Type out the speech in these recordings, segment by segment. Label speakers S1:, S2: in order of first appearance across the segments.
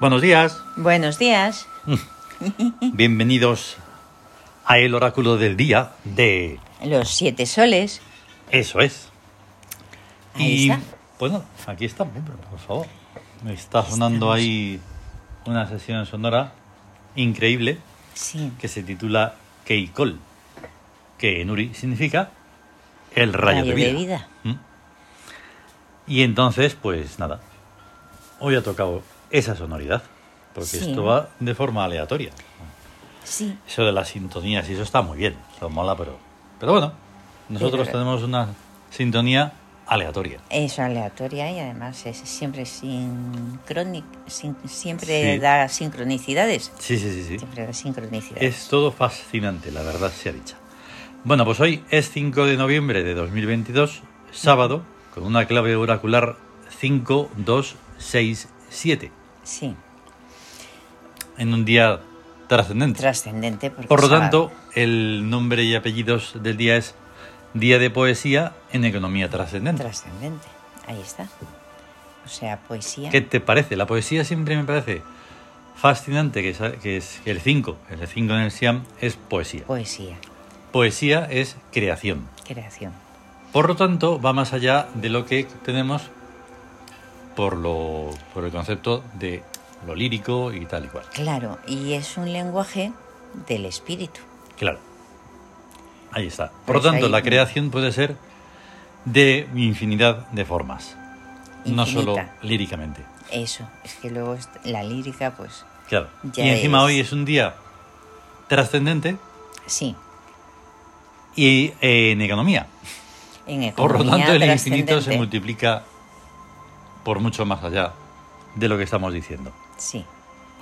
S1: Buenos días,
S2: Buenos días. Mm.
S1: bienvenidos a el oráculo del día de
S2: Los siete soles.
S1: Eso es.
S2: Ahí
S1: y
S2: está.
S1: bueno, aquí estamos, hombre, por favor. Me está sonando
S2: Estamos.
S1: ahí una sesión sonora increíble
S2: Sí.
S1: que se titula Keikol, que en Uri significa el rayo, de vida. ¿Mm? Y entonces, pues nada, hoy ha tocado esa sonoridad, porque
S2: Sí.
S1: esto va de forma aleatoria.
S2: Sí.
S1: Eso de las sintonías y eso está muy bien, eso mola, pero, pero bueno, nosotros
S2: Pero-
S1: tenemos una sintonía aleatoria.
S2: Es aleatoria y además es siempre sincrónica. siempre
S1: Sí.
S2: da sincronicidades.
S1: Sí, sí, sí, sí.
S2: Siempre da sincronicidades.
S1: Es todo fascinante, la verdad sea dicha. Bueno, pues hoy es 5 de noviembre de 2022, sábado, con una clave oracular 5267,
S2: Sí.
S1: en un día trascendente.
S2: Trascendente. porque
S1: Por lo
S2: sábado.
S1: tanto, el nombre y apellidos del día es Día de Poesía en Economía Trascendente.
S2: Trascendente. Ahí está. O sea, poesía.
S1: ¿Qué te parece? La poesía siempre me parece fascinante, que es, que es el 5, el 5 en el Siam es poesía.
S2: Poesía.
S1: Poesía es creación.
S2: Creación.
S1: Por lo tanto, va más allá de lo que tenemos por, lo, por el concepto de lo lírico y tal y cual.
S2: Claro. Y es un lenguaje del espíritu.
S1: Claro. Ahí está. Por
S2: Pues
S1: lo tanto,
S2: ahí-
S1: la creación puede ser de infinidad de formas. No
S2: Infinita.
S1: solo líricamente.
S2: Eso. Es que luego est- la lírica, pues.
S1: Claro.
S2: Ya
S1: y encima
S2: es.
S1: hoy es un día trascendente
S2: Sí.
S1: y eh, en economía.
S2: En
S1: Por lo
S2: economía
S1: tanto, el infinito se
S2: trascendente.
S1: multiplica por mucho más allá de lo que estamos diciendo.
S2: Sí,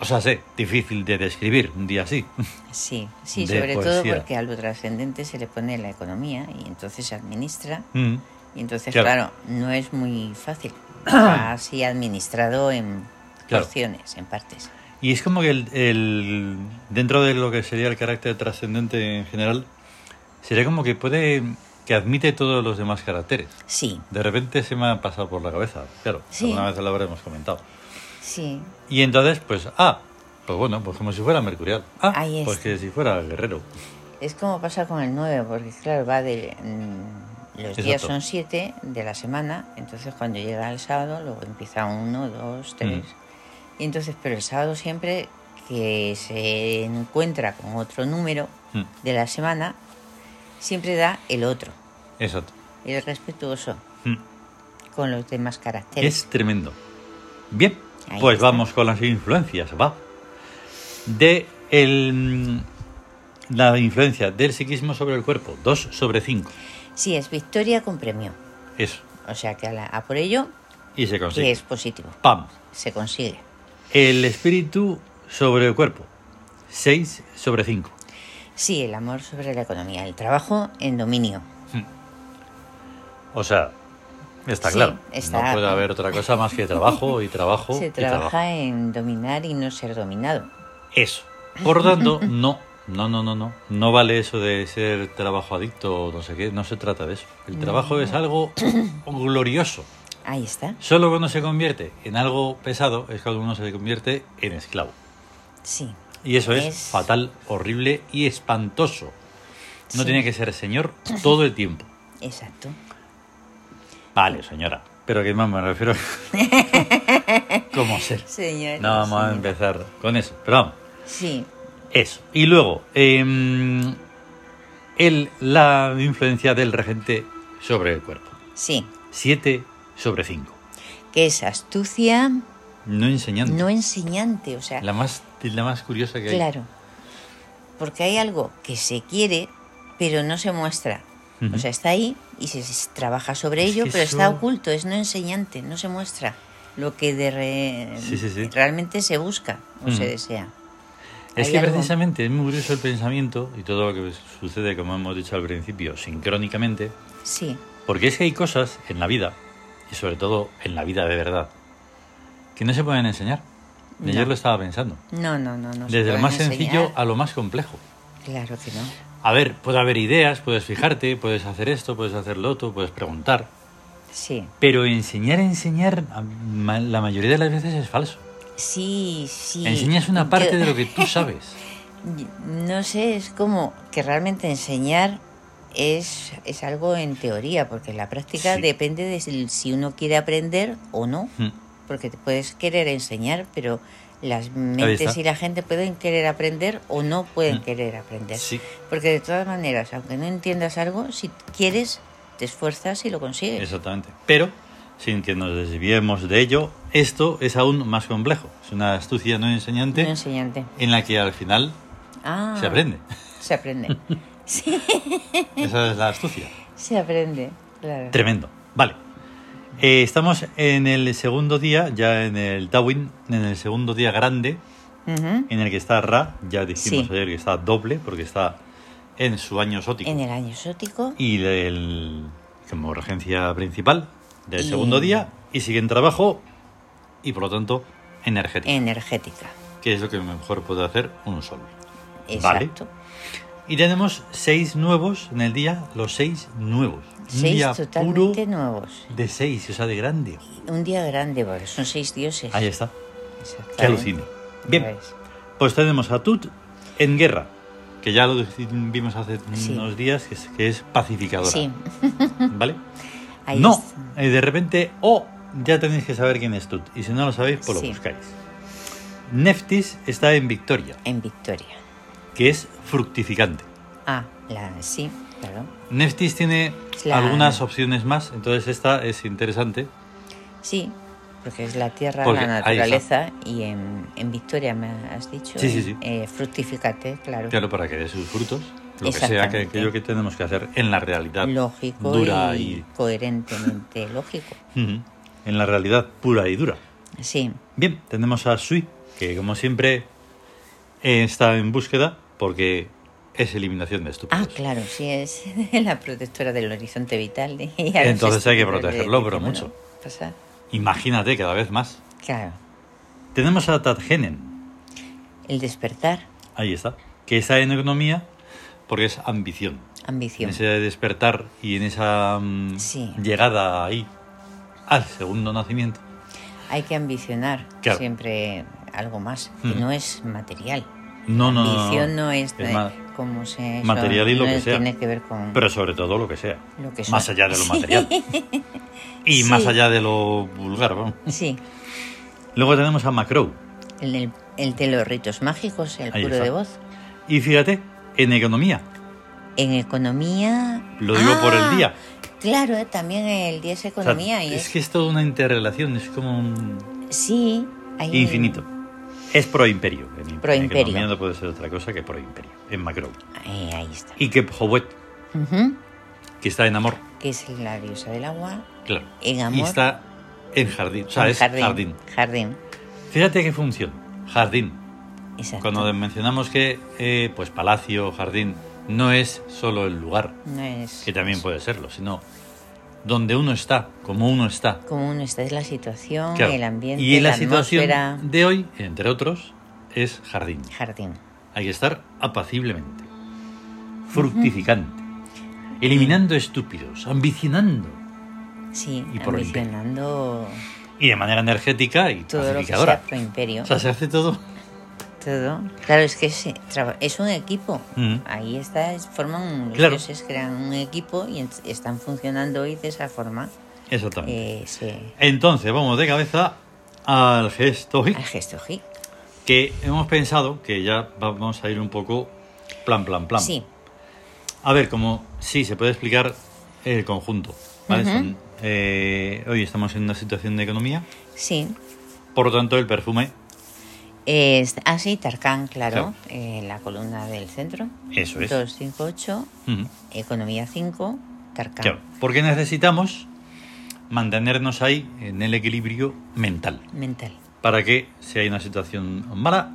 S1: O sea, sé, difícil de describir un día así.
S2: sí, sí,
S1: De
S2: sobre
S1: poesía.
S2: todo porque a lo trascendente se le pone la economía y entonces se administra.
S1: Mm.
S2: Y entonces,
S1: Claro.
S2: claro, no es muy fácil. Está así administrado en
S1: Claro.
S2: porciones, en partes.
S1: Y es como que el, el- dentro de lo que sería el carácter trascendente en general, sería como que puede que admite todos los demás caracteres.
S2: Sí,
S1: De repente se me ha pasado por la cabeza, claro,
S2: Sí.
S1: alguna vez lo habremos comentado.
S2: sí,
S1: Y entonces, pues, ah, pues bueno, pues como si fuera mercurial. Ah,
S2: Ahí
S1: pues
S2: está.
S1: que si fuera guerrero.
S2: Es como pasa con el 9, porque claro, va de... mm, los días
S1: Exacto.
S2: son 7 de la semana, entonces cuando llega el sábado, luego empieza 1,
S1: Mm.
S2: 2, 3. Y entonces, pero el sábado siempre que se encuentra con otro número
S1: Mm,
S2: de la semana, siempre da el otro,
S1: Exacto.
S2: el respetuoso
S1: Mm,
S2: con los demás caracteres.
S1: Es tremendo. Bien,
S2: Ahí
S1: pues
S2: está.
S1: vamos con las influencias, va. De el, mm, la influencia del psiquismo sobre el cuerpo, 2 sobre 5.
S2: Sí, es victoria con premio.
S1: Eso.
S2: O sea que a, la- a por ello,
S1: Y se
S2: que
S1: consigue.
S2: es positivo,
S1: Pam.
S2: se consigue.
S1: El espíritu sobre el cuerpo. 6 sobre 5.
S2: Sí, el amor sobre la economía, el trabajo en dominio.
S1: O sea, está
S2: Sí,
S1: claro.
S2: está-
S1: No puede haber otra cosa más que trabajo y trabajo
S2: Se
S1: y trabajo.
S2: trabaja en dominar y no ser dominado.
S1: Eso. Por lo tanto, no. No, no, no, no. No vale eso de ser trabajo adicto o no sé qué. No se trata de eso. El trabajo es algo glorioso.
S2: Ahí está.
S1: Solo cuando se convierte en algo pesado es cuando uno se convierte en esclavo.
S2: Sí.
S1: Y eso es,
S2: Es-
S1: fatal, horrible y espantoso. No
S2: Sí.
S1: tiene que ser señor todo el tiempo.
S2: Exacto.
S1: Vale, señora. Pero que más me refiero. ¿Cómo ser?
S2: Señor.
S1: No vamos a empezar con eso. Pero vamos.
S2: Sí,
S1: Eso. Y luego, em, el, la influencia del regente sobre el cuerpo.
S2: sí.
S1: 7 sobre 5.
S2: Que es astucia
S1: No enseñando.
S2: no enseñante. O sea,
S1: La, más, la más curiosa que
S2: claro. Porque hay algo que se quiere, pero no se muestra.
S1: Ujú.
S2: O sea, está ahí y se, se trabaja sobre
S1: Es
S2: ello,
S1: que
S2: pero está
S1: eso-
S2: oculto, es no enseñante, no se muestra lo que de re-
S1: Sí, sí, sí.
S2: realmente se busca o
S1: Mm.
S2: se desea.
S1: hay. Es
S2: hay
S1: que
S2: algo.
S1: precisamente es muy curioso el pensamiento y todo lo que sucede, como hemos dicho al principio, sincrónicamente.
S2: Sí,
S1: Porque es que hay cosas en la vida, y sobre todo en la vida de verdad, que no se pueden enseñar. Y Yo
S2: No.
S1: lo estaba pensando.
S2: no, no, no. no se
S1: Desde lo
S2: pueden
S1: más
S2: enseñar.
S1: sencillo a lo más complejo.
S2: Claro que no.
S1: A ver, puede haber ideas, puedes fijarte, puedes hacer esto, puedes hacer lo otro, puedes preguntar.
S2: Sí,
S1: Pero enseñar, enseñar, a- ma- la mayoría de las veces es falso.
S2: Sí, sí.
S1: Enseñas una parte yo... de lo que tú sabes.
S2: No sé, es como que realmente enseñar es, es algo en teoría, porque en la práctica sí. depende de si uno quiere aprender o no. Mm. Porque te puedes querer enseñar, pero las mentes y la gente pueden querer aprender o no pueden mm. querer aprender. Sí. Porque de todas maneras, aunque no entiendas algo, si quieres, te esfuerzas y lo consigues.
S1: Exactamente. Pero sin que nos desviemos de ello, esto es aún más complejo. Es una astucia no enseñante,
S2: no enseñante.
S1: en la que al final ah, se aprende.
S2: Se aprende. sí.
S1: Esa es la astucia.
S2: Se aprende, claro.
S1: Tremendo. Vale. Eh, estamos en el segundo día, ya en el Tawin, en el segundo día grande, uh -huh. en el que está Ra. Ya dijimos sí. ayer que está doble, porque está en su año sótico.
S2: En el año sótico.
S1: Y el, como regencia principal, del y... segundo día y sigue en trabajo y por lo tanto energética.
S2: Energética.
S1: Que es lo que mejor puede hacer un sol.
S2: Exacto.
S1: ¿Vale? Y tenemos seis nuevos en el día, los seis nuevos.
S2: Seis un día totalmente puro nuevos.
S1: De seis, o sea, de grande.
S2: Un día grande, porque son seis dioses.
S1: Ahí está. Qué alucina. Bien, pues tenemos a Tut en guerra, que ya lo vimos hace sí. unos días, que es, que es pacificadora. Sí. ¿Vale? Ahí no, está. de repente, oh, ya tenéis que saber quién es Tut. Y si no lo sabéis, pues sí. lo buscáis. Neftis está en Victoria.
S2: En Victoria.
S1: Que es fructificante.
S2: Ah, la, sí, claro.
S1: Neftis tiene la... algunas opciones más, entonces esta es interesante.
S2: Sí, porque es la tierra, porque la naturaleza y en, en, Victoria, me has dicho.
S1: Sí, sí, sí.
S2: Eh, fructificate, claro.
S1: Claro, para que dé sus frutos lo que sea que aquello que tenemos que hacer en la realidad
S2: lógico dura y, y... coherentemente lógico
S1: uh -huh. en la realidad pura y dura
S2: sí
S1: bien tenemos a Sui que como siempre eh, está en búsqueda porque es eliminación de estúpidos
S2: ah claro sí es la protectora del horizonte vital ¿eh? de
S1: entonces hay que protegerlo de... pero mucho
S2: Pasa.
S1: imagínate cada vez más
S2: claro
S1: tenemos a Tadgenen
S2: el despertar
S1: ahí está que está en economía porque es ambición.
S2: Ambición.
S1: En ese despertar y en esa um, sí. llegada ahí al segundo nacimiento.
S2: Hay que ambicionar claro. siempre algo más, que mm. no es material.
S1: No, Hmm. no,
S2: ambición no, no es, es como se
S1: material y lo
S2: no
S1: que sea.
S2: Tiene que ver con
S1: pero sobre todo lo que sea.
S2: Lo que
S1: más allá de lo material. y sí. más allá de lo vulgar, vamos.
S2: Sí.
S1: Luego tenemos a Macro.
S2: El, el, el de los ritos mágicos, el puro de voz.
S1: Y fíjate, en economía.
S2: En economía.
S1: Lo digo ah, por el día.
S2: Claro, eh, también el día es economía. O sea, y
S1: es, es, que es toda una interrelación, es como un.
S2: Sí,
S1: hay... Infinito. Es proimperio.
S2: En, proimperio.
S1: En economía no puede ser otra cosa que proimperio, en macro.
S2: Ahí, Eh, ahí está.
S1: Y que Howet,
S2: uh -huh.
S1: que está en amor.
S2: Que es la diosa del agua.
S1: Claro.
S2: En amor.
S1: Y está en jardín. O sea, es jardín. Jardín.
S2: jardín.
S1: Fíjate qué función. Jardín.
S2: Exacto.
S1: Cuando mencionamos que eh, pues palacio, jardín, no es solo el lugar,
S2: no es,
S1: que también puede serlo, sino donde uno está, como uno está.
S2: Como uno está, es la situación, claro. el ambiente.
S1: Y
S2: la,
S1: la situación
S2: atmósfera.
S1: de hoy, entre otros, es jardín.
S2: Jardín.
S1: Hay que estar apaciblemente, fructificante, uh -huh. eliminando uh -huh. estúpidos, ambicionando.
S2: Sí, y por ambicionando.
S1: Y de manera energética y
S2: todo
S1: pacificadora.
S2: Lo que sea imperio.
S1: O sea, se hace todo.
S2: Todo. Claro, es que es, es un equipo. Uh -huh. Ahí está, forman los claro. dioses, crean un equipo y están funcionando hoy de esa forma.
S1: Exactamente.
S2: Eh, sí.
S1: Entonces, vamos de cabeza al gesto
S2: Al gesto G.
S1: Que hemos pensado que ya vamos a ir un poco plan, plan, plan.
S2: Sí.
S1: A ver, como sí, se puede explicar el conjunto. ¿vale? Uh -huh. Son, eh, hoy estamos en una situación de economía.
S2: Sí.
S1: Por lo tanto, el perfume
S2: es, ah, sí, Tarkán, claro, claro. Eh, la columna del centro.
S1: Eso es.
S2: 258, uh -huh. Economía 5, Tarkán. Claro,
S1: porque necesitamos mantenernos ahí en el equilibrio mental.
S2: Mental.
S1: Para que si hay una situación mala,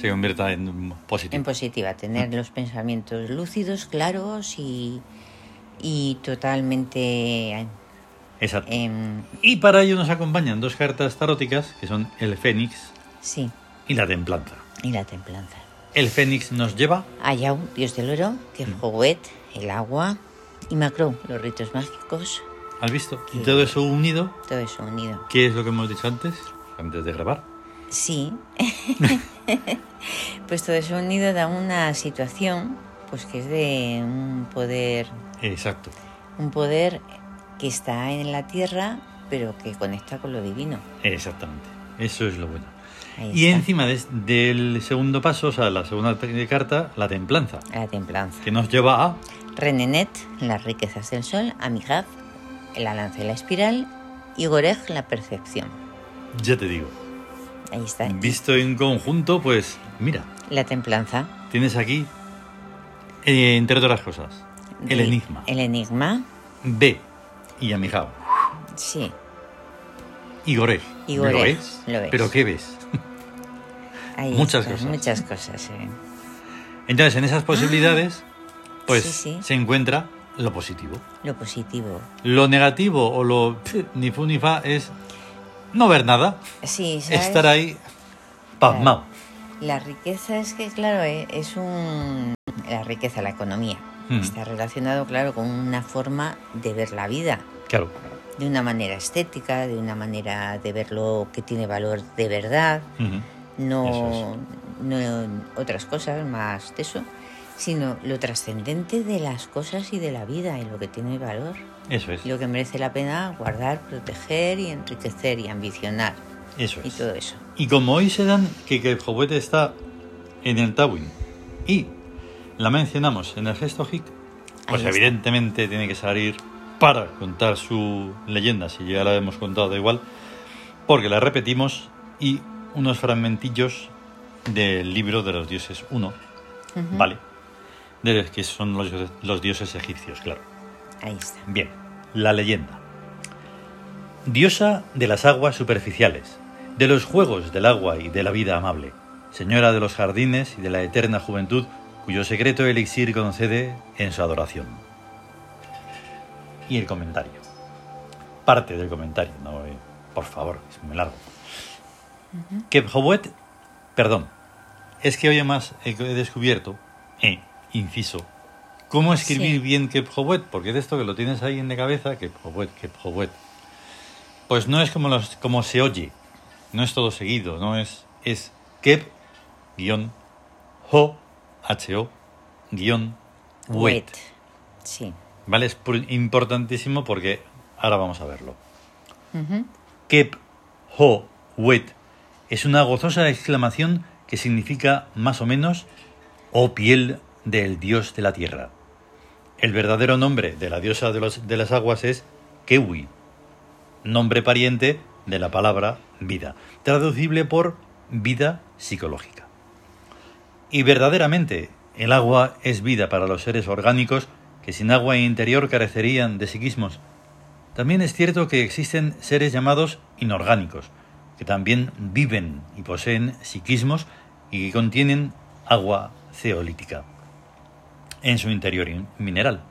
S1: se convierta en positiva.
S2: En positiva, tener uh -huh. los pensamientos lúcidos, claros y, y totalmente...
S1: Exacto. Eh, y para ello nos acompañan dos cartas taróticas, que son el Fénix.
S2: Sí
S1: y la templanza.
S2: Y la templanza.
S1: El fénix nos lleva
S2: a Yau, dios del oro, que Hoguet, el agua, y Macro, los ritos mágicos.
S1: ¿Has visto? Y todo eso unido.
S2: Todo eso unido.
S1: ¿Qué es lo que hemos dicho antes? Antes de grabar.
S2: Sí. pues todo eso unido da una situación, pues que es de un poder.
S1: Exacto.
S2: Un poder que está en la tierra, pero que conecta con lo divino.
S1: Exactamente. Eso es lo bueno. Ahí y está. encima de- del segundo paso, o sea, la segunda te- carta, la templanza,
S2: La templanza.
S1: que nos lleva a...
S2: Renenet, las riquezas del sol. Amigab, el alance de la espiral. Y Gorej, la percepción.
S1: Ya te digo,
S2: Ahí está.
S1: visto en conjunto, pues mira,
S2: La templanza.
S1: tienes aquí, eh, entre otras cosas, el
S2: de- eh.
S1: enigma.
S2: El enigma,
S1: B. Y Amijao.
S2: sí.
S1: Y Gorej.
S2: Y
S1: ¿Lo
S2: Gorej,
S1: ves?
S2: lo ves.
S1: ¿Pero qué ves?
S2: Ahí
S1: Muchas
S2: está,
S1: cosas.
S2: Muchas cosas, eh. sí.
S1: Entonces, en esas posibilidades, pues
S2: Ah, Sí, sí.
S1: se encuentra lo positivo.
S2: Lo positivo.
S1: Lo negativo o lo ni fu ni fa es no ver nada,
S2: Sí, ¿sabes?
S1: estar ahí pasmado.
S2: La riqueza es que, claro, eh, es un... La riqueza, la economía.
S1: Mm.
S2: Está relacionado, claro, con una forma de ver la vida.
S1: Claro.
S2: De una manera estética, de una manera de ver lo que tiene valor de verdad.
S1: Ujú. Eso
S2: No, no otras cosas más de eso. Sino lo trascendente de las cosas y de la vida y lo que tiene valor.
S1: Eso es.
S2: lo que merece la pena guardar, proteger y enriquecer y ambicionar
S1: Eso
S2: y
S1: es.
S2: todo eso.
S1: Y como hoy se dan que, que el juguete está en el Tawin y la mencionamos en el gesto Hic, pues
S2: Ahí está.
S1: evidentemente tiene que salir para contar su leyenda, si ya la hemos contado da igual, porque la repetimos y unos fragmentillos del libro de los dioses 1,
S2: Ujú.
S1: ¿vale? De los que son los, los dioses egipcios, claro.
S2: Ahí está.
S1: Bien, la leyenda. Diosa de las aguas superficiales, de los juegos del agua y de la vida amable, señora de los jardines y de la eterna juventud, cuyo secreto elixir concede en su adoración. Y el comentario. Parte del comentario, no, eh, por favor, es muy largo. Que Jowett- perdón, es que hoy además he he descubierto, eh, inciso, cómo escribir
S2: Sí.
S1: bien Kepjowet, porque de esto que lo tienes ahí en la cabeza, Kepjowet, Kepjowet, pues no es como, los, como se oye, no es todo seguido, no es, es Kep, guión, ho, ho, guión, wet.
S2: Wet. Sí.
S1: ¿Vale? Es pur- importantísimo porque ahora vamos a verlo.
S2: Ujú.
S1: Kep ho wet es una gozosa exclamación que significa más o menos oh piel del dios de la tierra. El verdadero nombre de la diosa de, los- de las aguas es Kewi, nombre pariente de la palabra vida, traducible por vida psicológica. Y verdaderamente, el agua es vida para los seres orgánicos que sin agua interior carecerían de psiquismos, también es cierto que existen seres llamados inorgánicos, que también viven y poseen psiquismos y que contienen agua ceolítica en su interior in- mineral.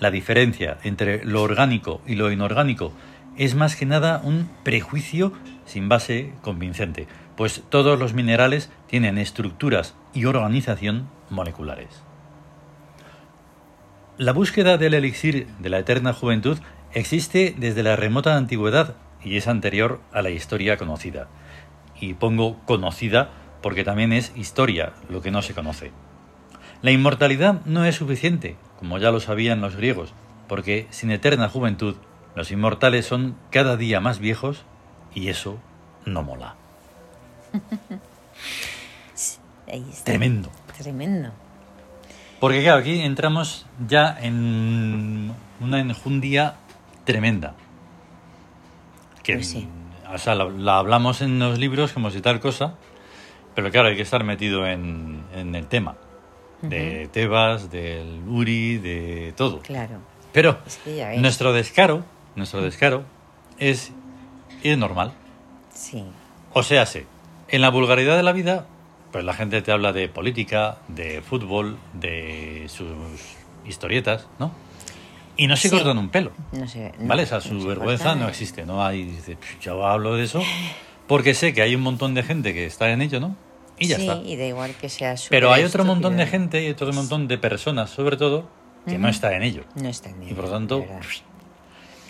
S1: La diferencia entre lo orgánico y lo inorgánico es más que nada un prejuicio sin base convincente, pues todos los minerales tienen estructuras y organización moleculares. La búsqueda del elixir de la eterna juventud existe desde la remota antigüedad y es anterior a la historia conocida. Y pongo conocida porque también es historia, lo que no se conoce. La inmortalidad no es suficiente, como ya lo sabían los griegos, porque sin eterna juventud los inmortales son cada día más viejos y eso no mola.
S2: Ahí está.
S1: Tremendo.
S2: Tremendo.
S1: Porque claro, aquí entramos ya en una enjundia tremenda. Que,
S2: Pues sí.
S1: O sea, la, la hablamos en los libros como si tal cosa, pero claro, hay que estar metido en, en el tema. De Tebas, del Uri, de todo.
S2: Claro.
S1: Pero
S2: Es que ya ves.
S1: nuestro descaro, nuestro descaro es, es normal.
S2: Sí.
S1: O sea, sí, en la vulgaridad de la vida, pues la gente te habla de política, de fútbol, de sus historietas, ¿no? Y no se
S2: Sí.
S1: cortan un pelo,
S2: No sé. no-
S1: ¿vale? Esa
S2: no
S1: su
S2: se
S1: vergüenza
S2: corta,
S1: no
S2: eh.
S1: existe, ¿no? Ahí dice, "Pff, yo hablo de eso porque sé que hay un montón de gente que está en ello, ¿no? Y ya
S2: sí,
S1: está.
S2: y da igual que sea súper
S1: Pero hay otro montón de
S2: estúpido.
S1: gente y otro montón de personas, sobre todo, que no
S2: Ujú.
S1: está en ello.
S2: No está ni
S1: Y por
S2: ahí,
S1: lo tanto,
S2: de verdad.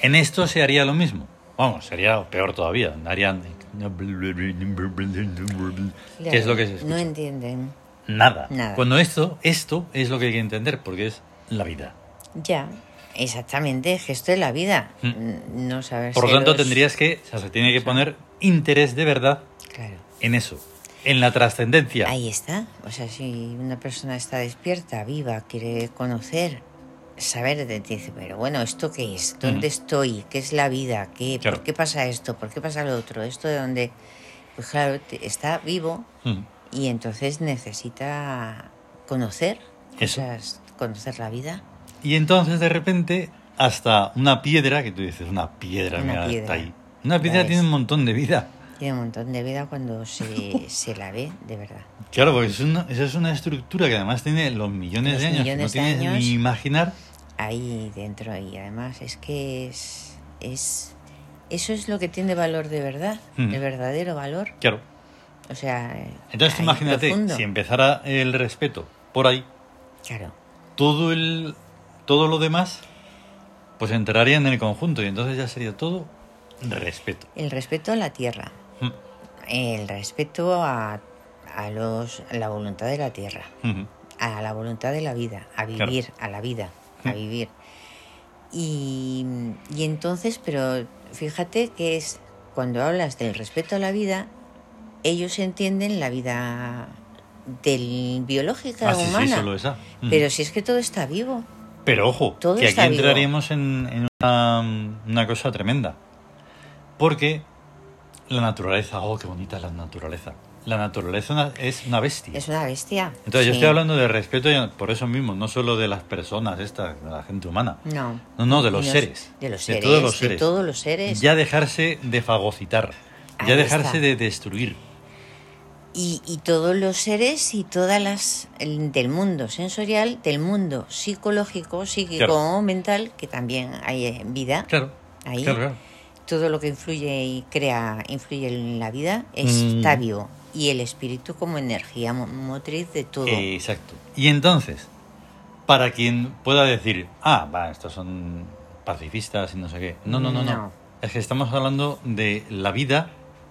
S1: en esto se haría lo mismo. Vamos, sería peor todavía. Harían ¿Qué es lo que se escucha?
S2: No entienden.
S1: Nada.
S2: Nada.
S1: Cuando esto, esto es lo que hay que entender, porque es la vida.
S2: Ya, exactamente, gesto de la vida.
S1: Mm.
S2: N- No saber
S1: Por lo
S2: si
S1: tanto,
S2: los-
S1: tendrías que, o sea, se tiene que poner interés de verdad
S2: Claro.
S1: en eso, en la trascendencia.
S2: Ahí está. O sea, si una persona está despierta, viva, quiere conocer, saber, de- dice, pero bueno, ¿esto qué es? ¿Dónde
S1: Ujú.
S2: estoy? ¿Qué es la vida? ¿Qué,
S1: Claro.
S2: ¿Por qué pasa esto? ¿Por qué pasa lo otro? ¿Esto de dónde? Pues claro, te- está vivo
S1: Mm.
S2: y entonces necesita conocer,
S1: Eso.
S2: cosas, conocer la vida.
S1: Y entonces, de repente, hasta una piedra, que tú dices, una piedra,
S2: Una
S1: mira,
S2: piedra.
S1: está ahí. Una
S2: Ya
S1: piedra
S2: ves.
S1: tiene un montón de vida.
S2: Tiene un montón de vida cuando se, se la ve, de verdad.
S1: Claro, porque es una, esa es una estructura que además tiene los millones
S2: Los
S1: de años. que
S2: millones de
S1: no tienes
S2: años.
S1: ni imaginar.
S2: ahí dentro y además es que es, es eso es lo que tiene valor de verdad,
S1: Mm.
S2: el verdadero valor.
S1: Claro.
S2: O sea, eh,
S1: Entonces, tú
S2: ahí
S1: imagínate,
S2: profundo.
S1: si empezara el respeto por ahí,
S2: Claro,
S1: todo el todo lo demás pues entraría en el conjunto y entonces ya sería todo respeto.
S2: el respeto a la tierra,
S1: Mm,
S2: el respeto a, a los a la voluntad de la tierra,
S1: mm,
S2: a la voluntad de la vida, a
S1: Claro.
S2: vivir, a la vida, a
S1: Mm.
S2: vivir. Y, y entonces, pero fíjate que es cuando hablas del respeto a la vida, ellos entienden la vida del biológica
S1: Ah, sí, sí,
S2: humana.
S1: solo esa. Mm.
S2: Pero si es que todo está vivo,
S1: Pero ojo,
S2: todo
S1: que aquí
S2: está vivo.
S1: entraríamos en, en una, una cosa tremenda. Porque la naturaleza, oh, qué bonita es la naturaleza. La naturaleza una- es una bestia.
S2: es una bestia.
S1: Entonces yo
S2: Sí.
S1: estoy hablando de respeto y por eso mismo, no solo de las personas estas, de la gente humana.
S2: No.
S1: No, no, de los
S2: Ni
S1: seres.
S2: De los
S1: De
S2: seres.
S1: todos los seres.
S2: De todos los seres.
S1: Ya dejarse de fagocitar,
S2: Ahí
S1: ya dejarse
S2: está.
S1: de destruir.
S2: Y, y todos los seres y todas las el- del mundo sensorial, del mundo psicológico, psíquico
S1: Claro.
S2: o mental, que también hay eh, vida.
S1: Claro.
S2: Ahí.
S1: Claro, claro.
S2: Todo lo que influye y crea, influye en la vida,
S1: Mm.
S2: está vivo. Y el espíritu como energía mo- motriz de todo.
S1: Eh, exacto. Y entonces, para quien pueda decir, ah, va, estos son pacifistas y no sé qué. No, no, no, no.
S2: No.
S1: Es que estamos hablando de la vida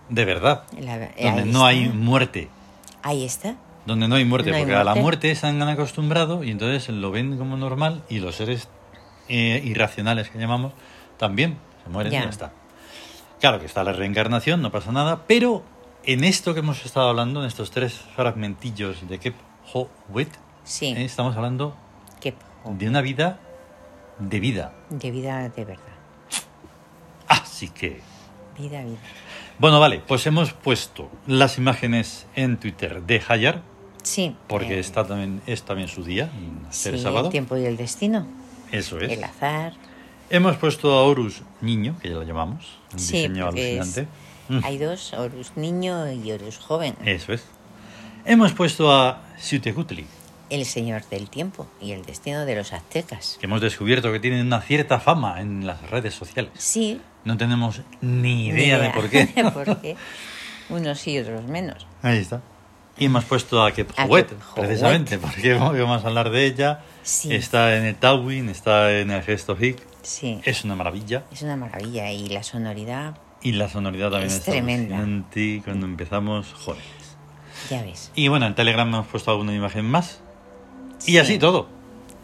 S1: de verdad,
S2: La- eh,
S1: donde
S2: ahí
S1: no hay
S2: está.
S1: muerte.
S2: Ahí está.
S1: Donde no hay muerte,
S2: No hay
S1: porque a la
S2: muerte.
S1: muerte se han acostumbrado y entonces lo ven como normal y los seres eh, irracionales que llamamos también se mueren y
S2: Ya.
S1: ya está. Claro que está la reencarnación, no pasa nada, pero en esto que hemos estado hablando, en estos tres fragmentillos de Kep Ho Wit,
S2: Sí. Oh.
S1: eh, estamos hablando
S2: Qué poco.
S1: de una vida de vida.
S2: De vida de verdad.
S1: Así que.
S2: Vida, vida.
S1: Bueno, vale, pues hemos puesto las imágenes en Twitter de Hayar,
S2: Sí.
S1: porque
S2: eh,
S1: está también, es también su día, en
S2: sí,
S1: ser sábado.
S2: el tiempo y el destino.
S1: Eso es.
S2: El azar.
S1: Hemos puesto a Horus niño, que ya lo llamamos, un
S2: Sí,
S1: diseño
S2: porque es-
S1: alucinante. Mm, Eh.
S2: Hay dos, Horus niño y Horus joven.
S1: Eso es. Hemos puesto a Siutecutli,
S2: El señor del tiempo y el destino de los aztecas.
S1: que hemos descubierto que tiene una cierta fama en las redes sociales.
S2: Sí.
S1: No tenemos ni idea de por qué.
S2: de por qué. Unos sí y otros menos.
S1: Ahí está. Y hemos puesto a
S2: A
S1: Kephuwet,
S2: Kephuwet.
S1: precisamente, porque vamos a hablar de ella.
S2: Sí.
S1: Está en el Tawin, está en el Gesto Hic.
S2: Sí. Es,
S1: Es una maravilla.
S2: una maravilla y la sonoridad,
S1: Y la sonoridad también
S2: Es
S1: está
S2: tremenda.
S1: alucinante cuando empezamos, jóvenes.
S2: ya ves.
S1: Y bueno, en Telegram hemos puesto alguna imagen más. Y
S2: Sí.
S1: así todo.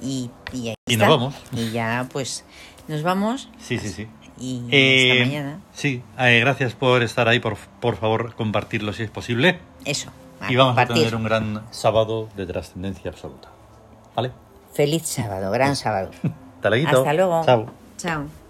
S2: Y, y, ahí
S1: Y
S2: está.
S1: nos vamos.
S2: Y ya, pues, nos vamos.
S1: Sí, sí, sí.
S2: Y
S1: Eh,
S2: hasta mañana.
S1: Sí, eh, gracias por estar ahí. Por, por favor, compartirlo si es posible.
S2: Eso.
S1: y vamos a
S2: compartir.
S1: tener un gran sábado de trascendencia absoluta. ¿Vale?
S2: Feliz sábado, gran sábado.
S1: Hasta luego.
S2: Hasta luego.
S1: Chao.
S2: Chao.